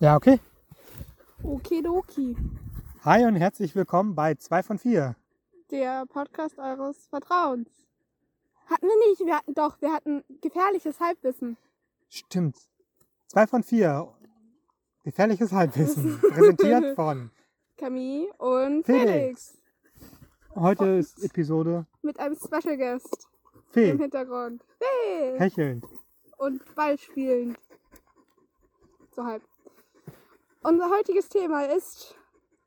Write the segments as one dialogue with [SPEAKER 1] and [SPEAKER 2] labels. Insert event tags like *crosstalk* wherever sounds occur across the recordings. [SPEAKER 1] Ja, okay.
[SPEAKER 2] Okidoki,
[SPEAKER 1] Hi und herzlich willkommen bei 2 von 4.
[SPEAKER 2] der Podcast eures Vertrauens. Hatten wir nicht, wir hatten doch, wir hatten gefährliches Halbwissen.
[SPEAKER 1] Stimmt. 2 von 4. Gefährliches Halbwissen. Präsentiert von.
[SPEAKER 2] Camille und
[SPEAKER 1] Felix.
[SPEAKER 2] Felix.
[SPEAKER 1] Heute ist Episode
[SPEAKER 2] Mit einem Special Guest im
[SPEAKER 1] Fee.
[SPEAKER 2] Hintergrund. Hey!
[SPEAKER 1] Hecheln.
[SPEAKER 2] Und Ball spielend. So halb. Unser heutiges Thema ist,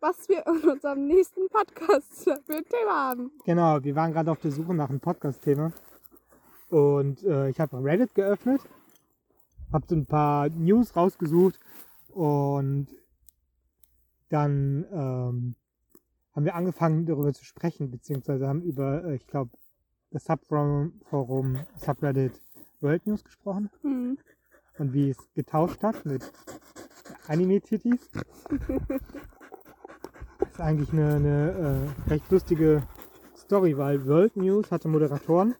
[SPEAKER 2] was wir in unserem nächsten Podcast für ein Thema haben.
[SPEAKER 1] Genau, wir waren gerade auf der Suche nach einem Podcast-Thema. Und äh, ich habe Reddit geöffnet, habe so ein paar News rausgesucht und dann ähm, haben wir angefangen darüber zu sprechen, beziehungsweise haben über, äh, ich glaube, das Subforum, Forum, Subreddit World News gesprochen
[SPEAKER 2] Hm.
[SPEAKER 1] und wie es getauscht hat mit Anime-Titties. Das ist eigentlich eine, eine äh, recht lustige Story, weil World News hatte Moderatoren,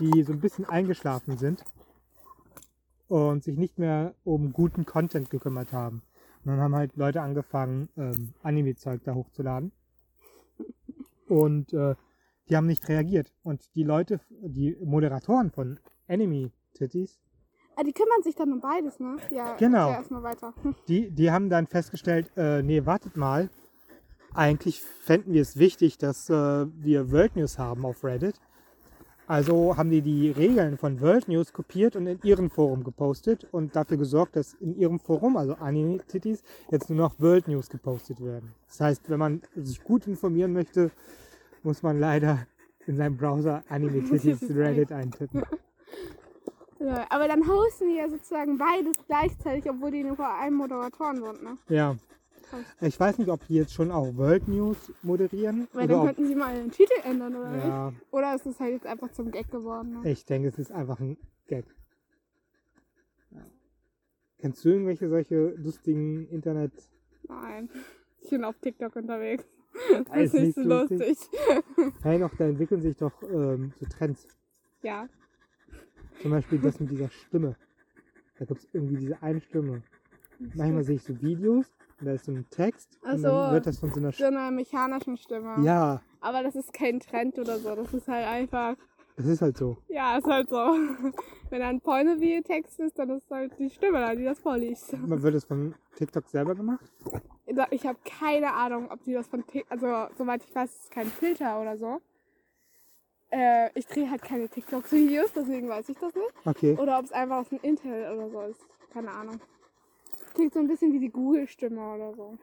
[SPEAKER 1] die so ein bisschen eingeschlafen sind und sich nicht mehr um guten Content gekümmert haben. Und dann haben halt Leute angefangen, ähm, Anime-Zeug da hochzuladen. Und äh, die haben nicht reagiert. Und die Leute, die Moderatoren von Anime-Titties,
[SPEAKER 2] Ah, die kümmern sich dann um beides, ne? Ja,
[SPEAKER 1] Genau.
[SPEAKER 2] Ja, erstmal weiter.
[SPEAKER 1] die, die haben dann festgestellt, äh, nee, wartet mal, eigentlich fänden wir es wichtig, dass äh, wir World News haben auf Reddit. Also haben die die Regeln von World News kopiert und in ihrem Forum gepostet und dafür gesorgt, dass in ihrem Forum, also Anime-Titties, jetzt nur noch World News gepostet werden. Das heißt, wenn man sich gut informieren möchte, muss man leider in seinem Browser
[SPEAKER 2] *laughs*
[SPEAKER 1] Anime-Titties Reddit eintippen.
[SPEAKER 2] Ja, aber dann hosten die ja sozusagen beides gleichzeitig, obwohl die nur bei einem Moderatoren sind, ne?
[SPEAKER 1] Ja.
[SPEAKER 2] Krass.
[SPEAKER 1] Ich weiß nicht, ob die jetzt schon auch World News moderieren.
[SPEAKER 2] Weil
[SPEAKER 1] oder
[SPEAKER 2] dann
[SPEAKER 1] ob
[SPEAKER 2] könnten sie mal den Titel ändern, oder nicht?
[SPEAKER 1] Ja,
[SPEAKER 2] Oder ist es halt jetzt einfach zum Gag geworden, ne?
[SPEAKER 1] ich denke, es ist einfach ein Gag. Ja. Kennst du irgendwelche solche lustigen Internet?
[SPEAKER 2] Nein. Ich bin auf TikTok unterwegs. Das
[SPEAKER 1] Alles
[SPEAKER 2] ist nicht so
[SPEAKER 1] nicht lustig.
[SPEAKER 2] lustig.
[SPEAKER 1] Hey, noch, da entwickeln sich doch ähm, so Trends.
[SPEAKER 2] Ja.
[SPEAKER 1] Zum Beispiel das mit dieser Stimme. Da gibt es irgendwie diese eine Stimme. Manchmal sehe ich so Videos und da ist so ein Text
[SPEAKER 2] Ach
[SPEAKER 1] und
[SPEAKER 2] so.
[SPEAKER 1] dann wird das von so einer
[SPEAKER 2] So
[SPEAKER 1] Stimme.
[SPEAKER 2] einer mechanischen Stimme.
[SPEAKER 1] Ja,
[SPEAKER 2] Aber das ist kein Trend oder so. Das ist halt einfach.
[SPEAKER 1] das ist halt so.
[SPEAKER 2] Ja, ist halt so. *laughs* Wenn da ein Pornovie-Text ist, dann ist halt die Stimme da, die das vorliest.
[SPEAKER 1] Man wird es von TikTok selber gemacht.
[SPEAKER 2] Ich habe keine Ahnung, ob die das von TikTok, also soweit ich weiß, ist es kein Filter oder so. Äh, ich drehe halt keine TikTok-Videos, deswegen weiß ich das nicht.
[SPEAKER 1] Okay.
[SPEAKER 2] Oder ob es einfach aus dem Intel oder so ist. Keine Ahnung. Klingt so ein bisschen wie die Google-Stimme oder so.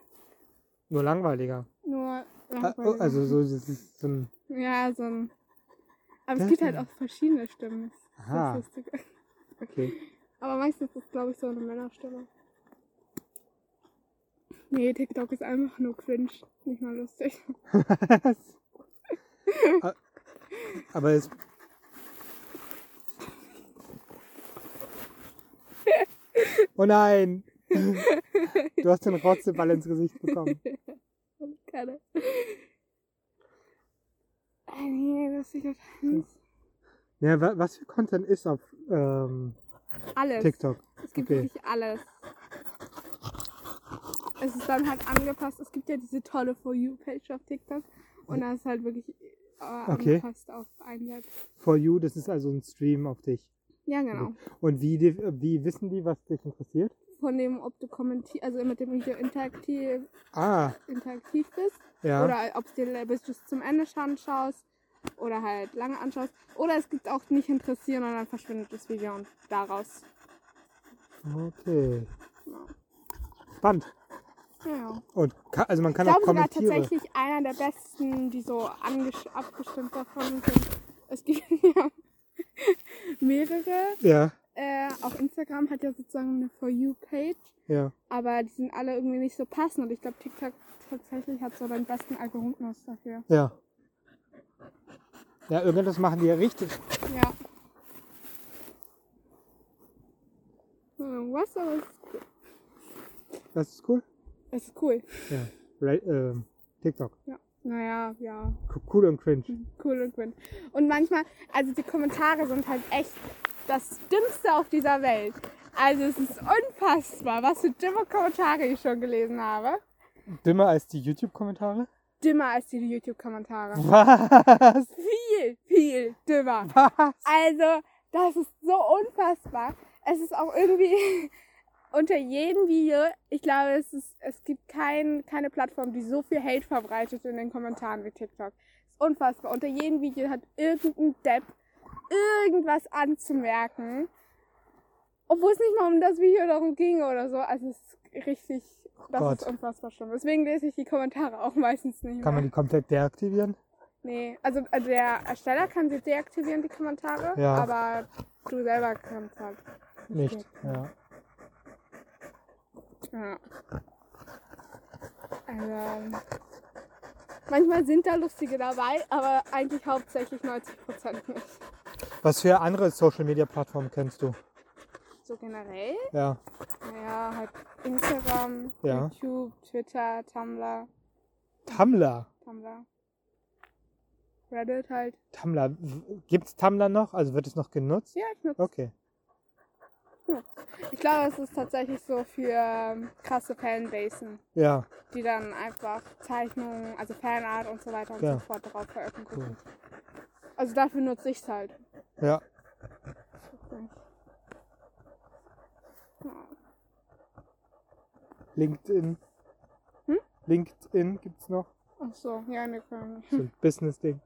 [SPEAKER 1] Nur langweiliger.
[SPEAKER 2] Nur.
[SPEAKER 1] Ah, oh, Also so, das ist so ein.
[SPEAKER 2] Ja, so ein. Aber
[SPEAKER 1] Das
[SPEAKER 2] es gibt
[SPEAKER 1] ist-
[SPEAKER 2] halt auch verschiedene Stimmen. Das ist
[SPEAKER 1] Aha.
[SPEAKER 2] lustig.
[SPEAKER 1] Okay.
[SPEAKER 2] Aber meistens ist es, glaube ich, so eine Männerstimme. Nee, TikTok ist einfach nur cringe. Nicht mal lustig.
[SPEAKER 1] A- Aber es. Oh
[SPEAKER 2] *laughs*
[SPEAKER 1] nein! Du hast den Rotzeball ins Gesicht bekommen.
[SPEAKER 2] Keine. Ah, Nee, lustig und
[SPEAKER 1] Hm.
[SPEAKER 2] Hans.
[SPEAKER 1] Ja, wa was für Content ist auf ähm,
[SPEAKER 2] Alles.
[SPEAKER 1] TikTok?
[SPEAKER 2] Es gibt
[SPEAKER 1] okay.
[SPEAKER 2] wirklich alles. Es ist dann halt angepasst. Es gibt ja diese tolle For You-Page auf TikTok. Und da ist halt wirklich äh,
[SPEAKER 1] Okay.
[SPEAKER 2] angepasst auf einen selbst.
[SPEAKER 1] For You, das ist also ein Stream auf dich.
[SPEAKER 2] Ja, genau.
[SPEAKER 1] Und wie, die- wie wissen die, was dich interessiert?
[SPEAKER 2] Von dem, ob du kommentierst, also mit dem Video interaktiv,
[SPEAKER 1] Ah,
[SPEAKER 2] interaktiv bist.
[SPEAKER 1] ja.
[SPEAKER 2] Oder ob es dir bis du es zum Ende anschaust. Oder halt lange anschaust. Oder es gibt auch nicht interessieren und dann verschwindet das Video und daraus.
[SPEAKER 1] Okay.
[SPEAKER 2] Ja.
[SPEAKER 1] Spannend.
[SPEAKER 2] Ja.
[SPEAKER 1] Und ka- also man
[SPEAKER 2] Ich
[SPEAKER 1] kann auch
[SPEAKER 2] glaube sogar
[SPEAKER 1] kommentieren.
[SPEAKER 2] tatsächlich einer der besten, die so angesch- abgestimmt davon sind. Es gibt *laughs* ja mehrere.
[SPEAKER 1] Ja,
[SPEAKER 2] Äh, auf Instagram hat ja sozusagen eine For You-Page,
[SPEAKER 1] ja.
[SPEAKER 2] aber die sind alle irgendwie nicht so passend. Und ich glaube, TikTok tatsächlich hat so den besten Algorithmus dafür.
[SPEAKER 1] Ja. Ja, irgendwas machen die ja richtig.
[SPEAKER 2] Ja. Hm, Was aber es ist cool.
[SPEAKER 1] Das ist cool.
[SPEAKER 2] Es ist cool.
[SPEAKER 1] Ja. Re ähm, TikTok.
[SPEAKER 2] Ja. Naja, ja.
[SPEAKER 1] Co- Cool und cringe.
[SPEAKER 2] cool und grün. Und manchmal, also die Kommentare sind halt echt das Dümmste auf dieser Welt. Also es ist unfassbar, was für dumme Kommentare ich schon gelesen habe.
[SPEAKER 1] *laughs* Dümmer als die YouTube-Kommentare?
[SPEAKER 2] Dümmer als die YouTube-Kommentare.
[SPEAKER 1] Was?
[SPEAKER 2] Viel, viel dümmer.
[SPEAKER 1] Was?
[SPEAKER 2] Also, das ist so unfassbar. Es ist auch irgendwie *laughs* unter jedem Video, ich glaube, es, ist, es gibt kein, keine Plattform, die so viel Hate verbreitet in den Kommentaren wie TikTok. Es ist unfassbar. Unter jedem Video hat irgendein Depp irgendwas anzumerken. Obwohl es nicht mal um das Video darum ging oder so. Also, es ist richtig, das
[SPEAKER 1] Gott.
[SPEAKER 2] ist unfassbar schlimm. Deswegen lese ich die Kommentare auch meistens nicht
[SPEAKER 1] Kann man
[SPEAKER 2] mehr.
[SPEAKER 1] die komplett deaktivieren?
[SPEAKER 2] Nee, also also der Ersteller kann sie deaktivieren, die Kommentare,
[SPEAKER 1] Ja.
[SPEAKER 2] aber du selber kannst halt.
[SPEAKER 1] Nicht. Ja.
[SPEAKER 2] Ja. Also, manchmal sind da lustige dabei, aber eigentlich hauptsächlich 90% nicht.
[SPEAKER 1] Was für andere Social-Media-Plattformen kennst du?
[SPEAKER 2] So generell,
[SPEAKER 1] Ja.
[SPEAKER 2] naja, halt Instagram,
[SPEAKER 1] Ja.
[SPEAKER 2] YouTube, Twitter, Tumblr,
[SPEAKER 1] Tumblr.
[SPEAKER 2] Tumblr. Reddit halt.
[SPEAKER 1] Tumblr. W- Gibt's Tumblr noch? Also wird es noch genutzt?
[SPEAKER 2] Ja, ich nutze.
[SPEAKER 1] Okay.
[SPEAKER 2] Ich glaube, es ist tatsächlich so für ähm, krasse Fanbasen.
[SPEAKER 1] Ja.
[SPEAKER 2] die dann einfach Zeichnungen, also Fanart und so weiter und
[SPEAKER 1] Ja.
[SPEAKER 2] so fort drauf veröffentlichen.
[SPEAKER 1] Cool.
[SPEAKER 2] Also dafür nutze ich es halt.
[SPEAKER 1] Ja.
[SPEAKER 2] Ja.
[SPEAKER 1] LinkedIn.
[SPEAKER 2] Hm?
[SPEAKER 1] LinkedIn gibt's noch.
[SPEAKER 2] Ach so, ja, ne, können nicht.
[SPEAKER 1] So ein Business-Ding.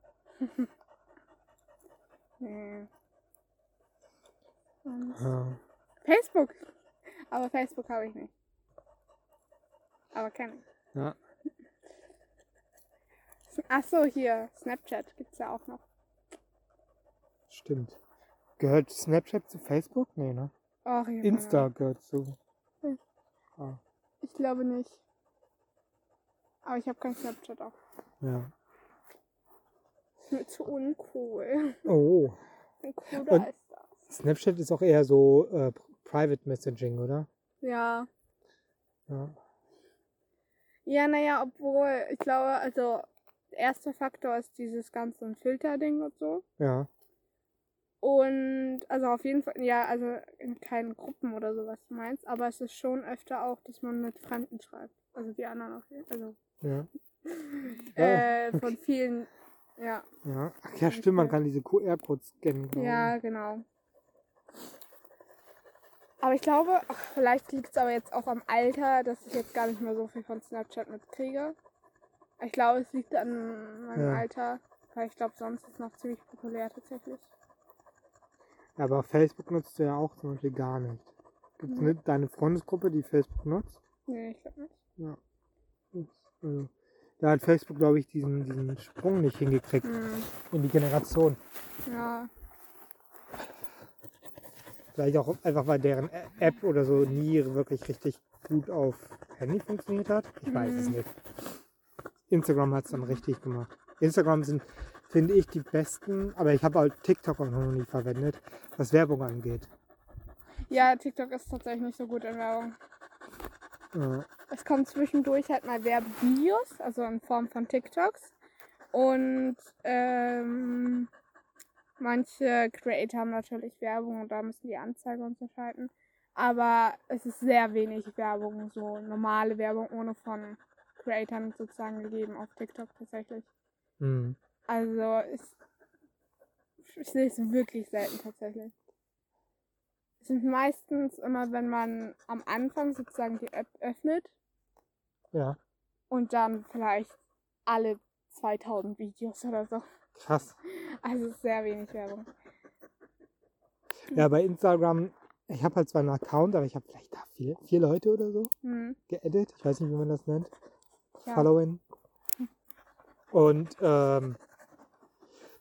[SPEAKER 2] Nee. Und
[SPEAKER 1] Ja.
[SPEAKER 2] Facebook. Aber Facebook habe ich nicht. Aber kann ich.
[SPEAKER 1] Ja.
[SPEAKER 2] Ach so, hier, Snapchat gibt es ja auch noch.
[SPEAKER 1] Stimmt. Gehört Snapchat zu Facebook? Nee, ne?
[SPEAKER 2] Och, Junge.
[SPEAKER 1] Insta gehört zu.
[SPEAKER 2] Hm.
[SPEAKER 1] Ah,
[SPEAKER 2] genau. Ich glaube nicht. Aber ich habe kein Snapchat auch.
[SPEAKER 1] ja.
[SPEAKER 2] Ist mir zu uncool.
[SPEAKER 1] Oh.
[SPEAKER 2] Cooler
[SPEAKER 1] Und-
[SPEAKER 2] ist das.
[SPEAKER 1] Snapchat ist auch eher so äh, Private Messaging, oder?
[SPEAKER 2] Ja.
[SPEAKER 1] Ja.
[SPEAKER 2] Ja, naja, obwohl, ich glaube, also, erster Faktor ist dieses ganze Filterding und so.
[SPEAKER 1] Ja.
[SPEAKER 2] Und, also auf jeden Fall, ja, also in keinen Gruppen oder so, was du meinst, aber es ist schon öfter auch, dass man mit Fremden schreibt. Also die anderen auch, also,
[SPEAKER 1] Ja. Ja.
[SPEAKER 2] äh, von vielen, ja,
[SPEAKER 1] ja. Ach ja, stimmt, man kann diese QR-Codes scannen. glaub ich.
[SPEAKER 2] ja, genau. Aber ich glaube, ach, vielleicht liegt es aber jetzt auch am Alter, dass ich jetzt gar nicht mehr so viel von Snapchat mitkriege. Ich glaube, es liegt an meinem
[SPEAKER 1] Ja.
[SPEAKER 2] Alter, weil ich glaube, sonst ist es noch ziemlich populär tatsächlich.
[SPEAKER 1] Aber Facebook nutzt du ja auch zum Beispiel gar nicht. Gibt's
[SPEAKER 2] Mhm.
[SPEAKER 1] ne- deine Freundesgruppe, die Facebook nutzt?
[SPEAKER 2] Nee, ich glaube nicht.
[SPEAKER 1] Also, da hat Facebook, glaube ich, diesen, diesen Sprung nicht hingekriegt
[SPEAKER 2] Hm,
[SPEAKER 1] in die Generation.
[SPEAKER 2] ja,
[SPEAKER 1] Vielleicht auch einfach, weil deren Ä- App oder so nie wirklich richtig gut auf Handy funktioniert hat. Ich weiß es
[SPEAKER 2] Mhm.
[SPEAKER 1] nicht. Instagram hat es dann richtig gemacht. Instagram sind, finde ich, die besten, aber ich habe halt TikTok auch noch nie verwendet, was Werbung angeht.
[SPEAKER 2] ja, TikTok ist tatsächlich nicht so gut in Werbung.
[SPEAKER 1] Äh,
[SPEAKER 2] Es kommen zwischendurch halt mal Werbevideos, also in Form von TikToks. Und ähm, manche Creator haben natürlich Werbung und da müssen die Anzeige und so schalten. Aber es ist sehr wenig Werbung, so normale Werbung ohne von Creatoren sozusagen gegeben auf TikTok tatsächlich.
[SPEAKER 1] hm.
[SPEAKER 2] Also ich, ich sehe es wirklich selten tatsächlich. Es sind meistens immer, wenn man am Anfang sozusagen die App öffnet
[SPEAKER 1] Ja,
[SPEAKER 2] und dann vielleicht alle 2000 Videos oder so.
[SPEAKER 1] krass.
[SPEAKER 2] Also es ist sehr wenig Werbung.
[SPEAKER 1] Ja, bei Instagram, ich habe halt zwar einen Account, aber ich habe vielleicht da vier, vier Leute oder so
[SPEAKER 2] Hm,
[SPEAKER 1] geedit. Ich weiß nicht, wie man das nennt.
[SPEAKER 2] ja.
[SPEAKER 1] Following. Und ähm,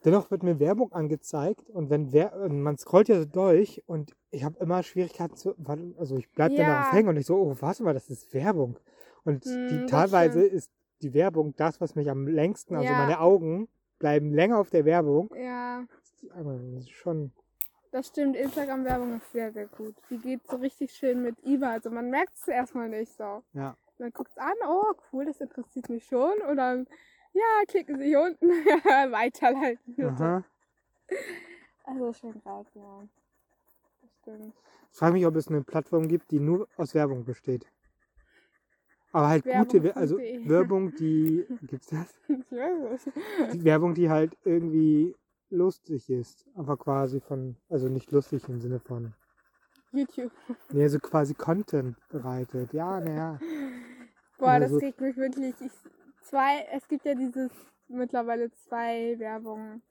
[SPEAKER 1] dennoch wird mir Werbung angezeigt und wenn wer und man scrollt ja so durch und ich habe immer Schwierigkeiten zu, warte, also ich bleibe dann
[SPEAKER 2] Ja.
[SPEAKER 1] darauf hängen und ich so, oh, warte mal, das ist Werbung. Und
[SPEAKER 2] Hm,
[SPEAKER 1] die,
[SPEAKER 2] das
[SPEAKER 1] teilweise ist die Werbung das, was mich am längsten, also
[SPEAKER 2] Ja.
[SPEAKER 1] meine Augen bleiben länger auf der Werbung.
[SPEAKER 2] Ja,
[SPEAKER 1] Aber Das ist schon,
[SPEAKER 2] das stimmt. Instagram-Werbung ist sehr, sehr gut. Die geht so richtig schön mit über. Also man merkt es erstmal nicht so.
[SPEAKER 1] ja,
[SPEAKER 2] Man guckt's an, oh cool, das interessiert mich schon. Und dann, ja, klicken sie hier unten, *laughs* weiterleiten.
[SPEAKER 1] aha.
[SPEAKER 2] Also schon krass, ja. Das stimmt. *laughs*
[SPEAKER 1] Ich frage mich, ob es eine Plattform gibt, die nur aus Werbung besteht. Aber halt gute,
[SPEAKER 2] Werbung.de.
[SPEAKER 1] We- also Werbung, die, gibt's das?
[SPEAKER 2] Ich weiß nicht.
[SPEAKER 1] Die Werbung, die halt irgendwie lustig ist. Aber quasi von, also nicht lustig im Sinne von,
[SPEAKER 2] YouTube.
[SPEAKER 1] nee, so quasi Content bereitet. Ja, naja.
[SPEAKER 2] Boah,
[SPEAKER 1] Oder
[SPEAKER 2] das
[SPEAKER 1] Also so.
[SPEAKER 2] regt mich wirklich. Ich, zwei, es gibt ja dieses mittlerweile zwei Werbungen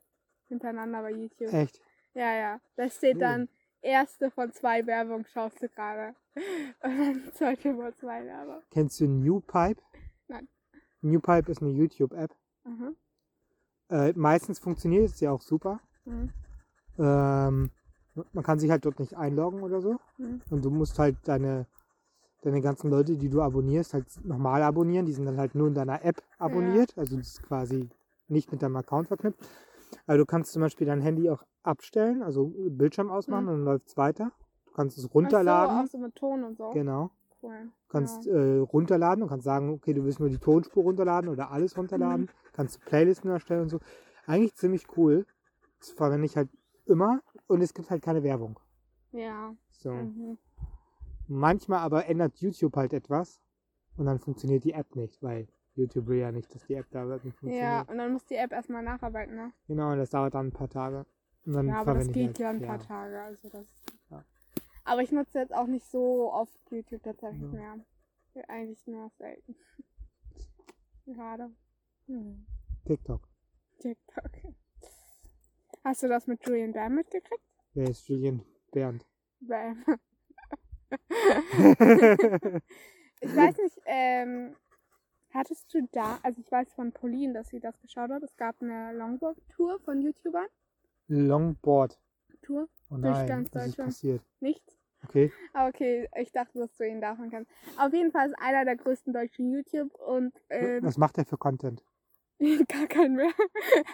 [SPEAKER 2] hintereinander bei YouTube.
[SPEAKER 1] Echt.
[SPEAKER 2] Ja, ja. Da steht
[SPEAKER 1] Hm.
[SPEAKER 2] dann, erste von zwei Werbung schaust du gerade. *laughs* Und dann zweite von zwei Werbung.
[SPEAKER 1] Kennst du New Pipe?
[SPEAKER 2] Nein.
[SPEAKER 1] New Pipe ist eine YouTube-App.
[SPEAKER 2] Mhm.
[SPEAKER 1] Äh, meistens funktioniert es ja auch super.
[SPEAKER 2] Mhm.
[SPEAKER 1] Ähm, man kann sich halt dort nicht einloggen oder so.
[SPEAKER 2] Mhm.
[SPEAKER 1] Und du musst halt deine, deine ganzen Leute, die du abonnierst, halt normal abonnieren. Die sind dann halt nur in deiner App abonniert. Also das ist quasi nicht mit deinem Account verknüpft. Aber du kannst zum Beispiel dein Handy auch abstellen, also Bildschirm ausmachen
[SPEAKER 2] Mhm.
[SPEAKER 1] und dann läuft es weiter. Du kannst es
[SPEAKER 2] Ach so,
[SPEAKER 1] runterladen.
[SPEAKER 2] auch so mit Ton und so.
[SPEAKER 1] Genau.
[SPEAKER 2] Cool.
[SPEAKER 1] Du kannst äh, runterladen und kannst sagen, okay, du willst nur die Tonspur runterladen oder alles runterladen.
[SPEAKER 2] Mhm.
[SPEAKER 1] Kannst Playlisten erstellen und so. Eigentlich ziemlich cool. Das verwende ich halt immer und es gibt halt keine Werbung.
[SPEAKER 2] Ja.
[SPEAKER 1] So.
[SPEAKER 2] Mhm.
[SPEAKER 1] Manchmal aber ändert YouTube halt etwas und dann funktioniert die App nicht, weil YouTube will ja nicht, dass die App da wirklich
[SPEAKER 2] Ja,
[SPEAKER 1] funktioniert.
[SPEAKER 2] und dann muss die App erstmal nacharbeiten, ne?
[SPEAKER 1] Genau, und das dauert dann ein paar Tage. Und dann
[SPEAKER 2] Ja, aber das
[SPEAKER 1] verwende ich
[SPEAKER 2] geht ja ein
[SPEAKER 1] halt-
[SPEAKER 2] paar Tage. Also das
[SPEAKER 1] Ja.
[SPEAKER 2] Aber ich nutze jetzt auch nicht so oft YouTube tatsächlich
[SPEAKER 1] Ja.
[SPEAKER 2] mehr. Eigentlich nur selten. *laughs* Gerade. Hm.
[SPEAKER 1] TikTok.
[SPEAKER 2] TikTok. Hast du das mit Julian Bam mitgekriegt?
[SPEAKER 1] Wer ist Julian
[SPEAKER 2] *laughs*
[SPEAKER 1] Bernd?
[SPEAKER 2] Bam. Ich weiß nicht, ähm, hattest du da, also ich weiß von Pauline, dass sie das geschaut hat, es gab eine Longboard-Tour von YouTubern.
[SPEAKER 1] Longboard.
[SPEAKER 2] Tour?
[SPEAKER 1] Oh
[SPEAKER 2] Durch
[SPEAKER 1] nein,
[SPEAKER 2] ganz
[SPEAKER 1] was ist
[SPEAKER 2] Deutschland.
[SPEAKER 1] passiert?
[SPEAKER 2] Nichts?
[SPEAKER 1] Okay.
[SPEAKER 2] Ah, okay, ich dachte, dass du ihn davon kannst. Auf jeden Fall ist einer der größten deutschen YouTube und ähm,
[SPEAKER 1] Was macht er für Content?
[SPEAKER 2] *laughs* gar keinen mehr.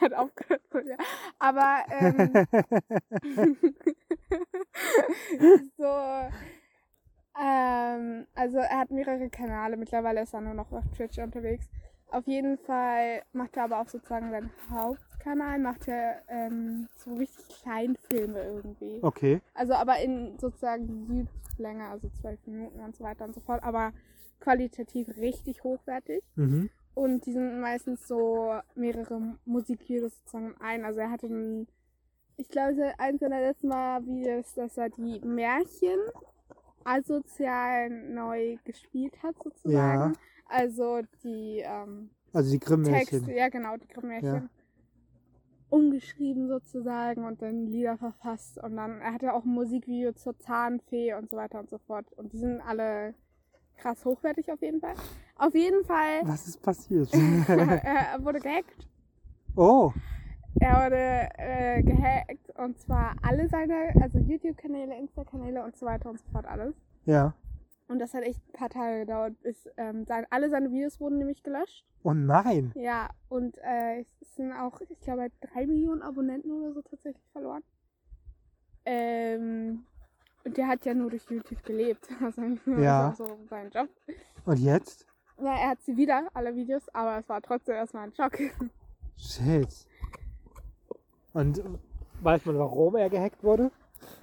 [SPEAKER 2] Hat aufgehört. von mir. Aber
[SPEAKER 1] *laughs*
[SPEAKER 2] ähm, so, ähm, also er hat mehrere Kanäle. Mittlerweile ist er nur noch auf Twitch unterwegs. Auf jeden Fall macht er aber auch sozusagen seinen Hauptkanal, macht er ähm, so richtig Kleinfilme irgendwie.
[SPEAKER 1] *laughs* okay.
[SPEAKER 2] Also aber in sozusagen YouTube-Länge, also zwölf Minuten und so weiter und so fort, aber qualitativ richtig hochwertig.
[SPEAKER 1] Mhm.
[SPEAKER 2] Und die sind meistens so mehrere Musikvideos sozusagen in einem. Also er hatte einen, ich glaube, eins seiner letzten Mal Videos, dass er die Märchen asozial neu gespielt hat
[SPEAKER 1] Ja.
[SPEAKER 2] sozusagen. Also die ähm,
[SPEAKER 1] Also die
[SPEAKER 2] Texte,
[SPEAKER 1] Grimm-Märchen.
[SPEAKER 2] ja genau, die Grimm-Märchen.
[SPEAKER 1] Ja.
[SPEAKER 2] Umgeschrieben sozusagen und dann Lieder verfasst. Und dann, er hatte auch ein Musikvideo zur Zahnfee und so weiter und so fort. Und die sind alle krass hochwertig auf jeden Fall. Auf jeden Fall,
[SPEAKER 1] Was ist passiert? *laughs*
[SPEAKER 2] er wurde gehackt.
[SPEAKER 1] oh,
[SPEAKER 2] Er wurde äh, gehackt und zwar alle seine, also YouTube-Kanäle, Insta-Kanäle und so weiter und so fort, alles.
[SPEAKER 1] ja.
[SPEAKER 2] Und das hat echt ein paar Tage gedauert, bis ähm, sein, alle seine Videos wurden nämlich gelöscht.
[SPEAKER 1] Oh nein.
[SPEAKER 2] Ja, und äh, es sind auch, ich glaube, drei Millionen Abonnenten oder so tatsächlich verloren. Ähm, und der hat ja nur durch YouTube gelebt. *laughs* Also
[SPEAKER 1] Ja.
[SPEAKER 2] das war so sein Job.
[SPEAKER 1] Und jetzt?
[SPEAKER 2] Ja, er hat sie wieder, alle Videos, aber es war trotzdem erstmal ein Schock.
[SPEAKER 1] Shit. Und äh, weiß man, warum er gehackt wurde?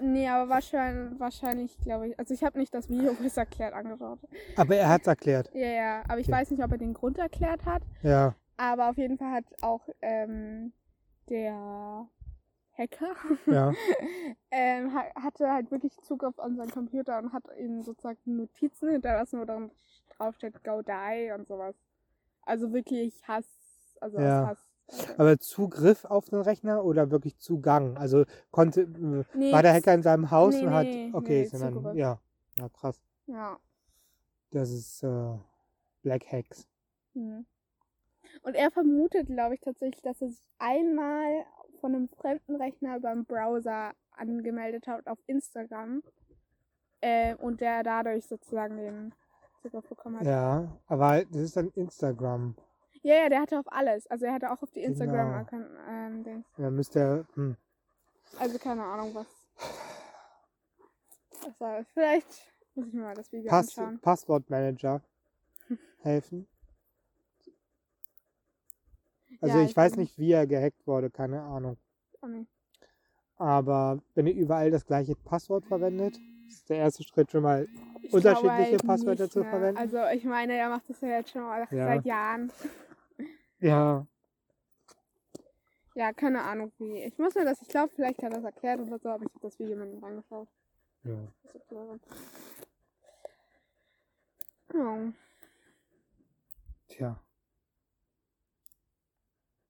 [SPEAKER 2] nee, aber wahrscheinlich, wahrscheinlich glaube ich. Also ich habe nicht das Video, wo es erklärt, angeschaut.
[SPEAKER 1] Aber er hat es erklärt.
[SPEAKER 2] Ja, ja. Aber ich
[SPEAKER 1] Okay.
[SPEAKER 2] weiß nicht, ob er den Grund erklärt hat.
[SPEAKER 1] Ja.
[SPEAKER 2] Aber auf jeden Fall hat auch ähm, der Hacker *laughs*
[SPEAKER 1] Ja.
[SPEAKER 2] ähm, ha- hatte halt wirklich Zugriff an seinen Computer und hat ihm sozusagen Notizen hinterlassen, wo dann draufsteht Go die und sowas. Also wirklich Hass, also aus
[SPEAKER 1] Ja.
[SPEAKER 2] Hass. Also,
[SPEAKER 1] Aber Zugriff auf den Rechner oder wirklich Zugang? Also konnte äh,
[SPEAKER 2] nee,
[SPEAKER 1] war der Hacker in seinem Haus
[SPEAKER 2] nee,
[SPEAKER 1] und hat
[SPEAKER 2] nee,
[SPEAKER 1] okay,
[SPEAKER 2] nee,
[SPEAKER 1] ist dann,
[SPEAKER 2] Zugriff.
[SPEAKER 1] ja, ja krass.
[SPEAKER 2] Ja.
[SPEAKER 1] Das ist äh, Black Hacks.
[SPEAKER 2] Hm. Und er vermutet, glaube ich, tatsächlich, dass er sich einmal von einem fremden Rechner über einen Browser angemeldet hat auf Instagram. Äh, und der dadurch sozusagen den Zugriff bekommen hat.
[SPEAKER 1] Ja, aber das ist dann Instagram.
[SPEAKER 2] Ja, ja, der hatte auf alles. Also er hatte auch auf die
[SPEAKER 1] Genau.
[SPEAKER 2] Instagram-Account. Ähm, Dings.
[SPEAKER 1] Da müsste er hm,
[SPEAKER 2] also keine Ahnung was. Das war, vielleicht muss ich mir mal das Video
[SPEAKER 1] Pass
[SPEAKER 2] anschauen. *laughs*
[SPEAKER 1] Passwortmanager helfen. Also
[SPEAKER 2] Ja,
[SPEAKER 1] ich
[SPEAKER 2] ich
[SPEAKER 1] weiß
[SPEAKER 2] bin-
[SPEAKER 1] nicht, wie er gehackt wurde, keine Ahnung.
[SPEAKER 2] Oh, nee.
[SPEAKER 1] Aber wenn ihr überall das gleiche Passwort verwendet, ist der erste Schritt schon mal
[SPEAKER 2] Ich
[SPEAKER 1] Unterschiedliche
[SPEAKER 2] glaube halt
[SPEAKER 1] Passwörter
[SPEAKER 2] nicht,
[SPEAKER 1] zu
[SPEAKER 2] ne?
[SPEAKER 1] verwenden?
[SPEAKER 2] Also ich meine, er macht das ja jetzt schon mal
[SPEAKER 1] Ja.
[SPEAKER 2] seit Jahren.
[SPEAKER 1] ja,
[SPEAKER 2] Ja, keine Ahnung wie. Ich muss mir das, ich glaube, vielleicht hat er das erklärt oder so, aber ich habe das Video mir nicht angeschaut.
[SPEAKER 1] ja.
[SPEAKER 2] Das ist blöd. Ja.
[SPEAKER 1] Tja.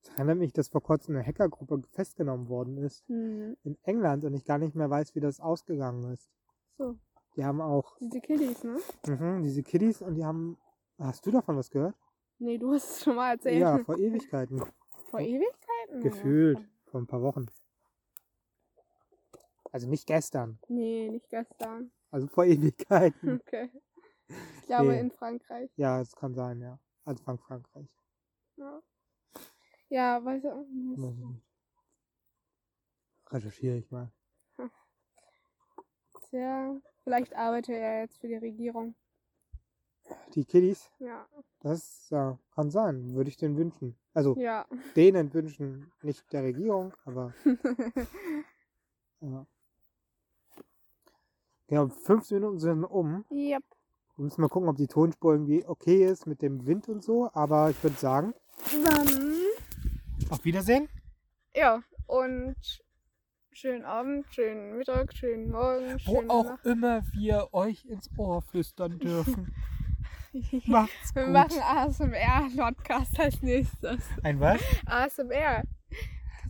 [SPEAKER 1] Das erinnert mich, dass vor kurzem eine Hackergruppe festgenommen worden ist
[SPEAKER 2] Hm.
[SPEAKER 1] in England und ich gar nicht mehr weiß, wie das ausgegangen ist.
[SPEAKER 2] So,
[SPEAKER 1] Die haben auch
[SPEAKER 2] diese Kiddies, ne?
[SPEAKER 1] mhm, diese Kiddies und die haben. Hast du davon was gehört?
[SPEAKER 2] Nee, du hast es schon mal erzählt.
[SPEAKER 1] Ja, vor Ewigkeiten.
[SPEAKER 2] Vor Ewigkeiten?
[SPEAKER 1] Gefühlt. Vor ein paar Wochen. Also nicht gestern.
[SPEAKER 2] Nee, nicht gestern.
[SPEAKER 1] Also vor
[SPEAKER 2] *laughs*
[SPEAKER 1] Ewigkeiten.
[SPEAKER 2] Okay. Ich glaube
[SPEAKER 1] Hm. Nee.
[SPEAKER 2] in Frankreich.
[SPEAKER 1] Ja, es kann sein, ja. Anfang Frankreich.
[SPEAKER 2] Ja, ne? ja weißt du.
[SPEAKER 1] Weiß ich nicht. Recherchiere ich mal.
[SPEAKER 2] Tja, vielleicht arbeitet er jetzt für die Regierung.
[SPEAKER 1] Die Kiddies,
[SPEAKER 2] Ja,
[SPEAKER 1] das ja, kann sein. Würde ich denen wünschen. Also
[SPEAKER 2] ja.
[SPEAKER 1] denen wünschen. Nicht der Regierung, aber ja. Ja, fünf Minuten sind um.
[SPEAKER 2] yep.
[SPEAKER 1] Wir müssen mal gucken, ob die Tonspur irgendwie okay ist mit dem Wind und so. Aber ich würde sagen,
[SPEAKER 2] Dann.
[SPEAKER 1] auf Wiedersehen.
[SPEAKER 2] Ja, und schönen Abend, schönen Mittag, schönen
[SPEAKER 1] Oh,
[SPEAKER 2] Morgen, schönen
[SPEAKER 1] *laughs* immer wir euch ins Ohr
[SPEAKER 2] *laughs*
[SPEAKER 1] flüstern dürfen.
[SPEAKER 2] Nacht.
[SPEAKER 1] Macht's
[SPEAKER 2] Wir machen ASMR-Podcast als nächstes.
[SPEAKER 1] Ein was?
[SPEAKER 2] ASMR.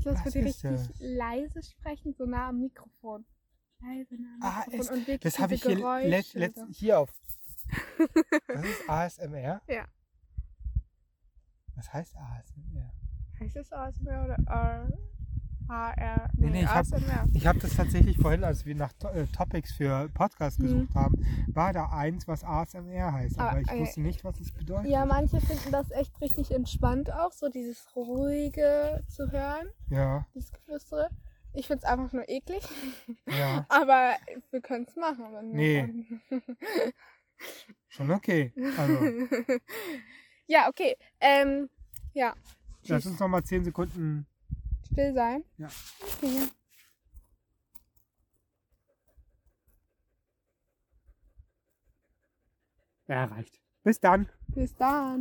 [SPEAKER 2] Kannst du das
[SPEAKER 1] Was
[SPEAKER 2] bitte
[SPEAKER 1] ist
[SPEAKER 2] richtig
[SPEAKER 1] das?
[SPEAKER 2] leise sprechen, so nah am Mikrofon? Leise nah
[SPEAKER 1] Ah,
[SPEAKER 2] am Mikrofon
[SPEAKER 1] es,
[SPEAKER 2] und wirklich
[SPEAKER 1] das habe ich
[SPEAKER 2] diese
[SPEAKER 1] hier
[SPEAKER 2] Geräusche
[SPEAKER 1] letzt, letzt,
[SPEAKER 2] so.
[SPEAKER 1] hier
[SPEAKER 2] *laughs*
[SPEAKER 1] auf. Das ist ASMR?
[SPEAKER 2] Ja.
[SPEAKER 1] Was heißt ASMR?
[SPEAKER 2] Heißt das ASMR oder R? AR?
[SPEAKER 1] Nee,
[SPEAKER 2] Nee,
[SPEAKER 1] nee, ich hab-
[SPEAKER 2] ASMR.
[SPEAKER 1] Ich habe das tatsächlich vorhin, als wir nach To- äh, Topics für Podcasts
[SPEAKER 2] Mhm.
[SPEAKER 1] gesucht haben, war da eins, was ASMR heißt.
[SPEAKER 2] Ah,
[SPEAKER 1] Aber ich
[SPEAKER 2] äh,
[SPEAKER 1] wusste nicht, was es bedeutet.
[SPEAKER 2] Ja, manche finden das echt richtig entspannt auch, so dieses ruhige zu hören,
[SPEAKER 1] Ja,
[SPEAKER 2] dieses Geflüstere. Ich find's einfach nur eklig,
[SPEAKER 1] ja,
[SPEAKER 2] aber wir können's machen. Wenn
[SPEAKER 1] Nee. schon okay. Also,
[SPEAKER 2] *laughs* Wir ja, okay. Ähm, ja,
[SPEAKER 1] lass uns nochmal 10 Sekunden.
[SPEAKER 2] still sein.
[SPEAKER 1] Ja.
[SPEAKER 2] Okay.
[SPEAKER 1] Ja, reicht. Bis dann.
[SPEAKER 2] Bis dann.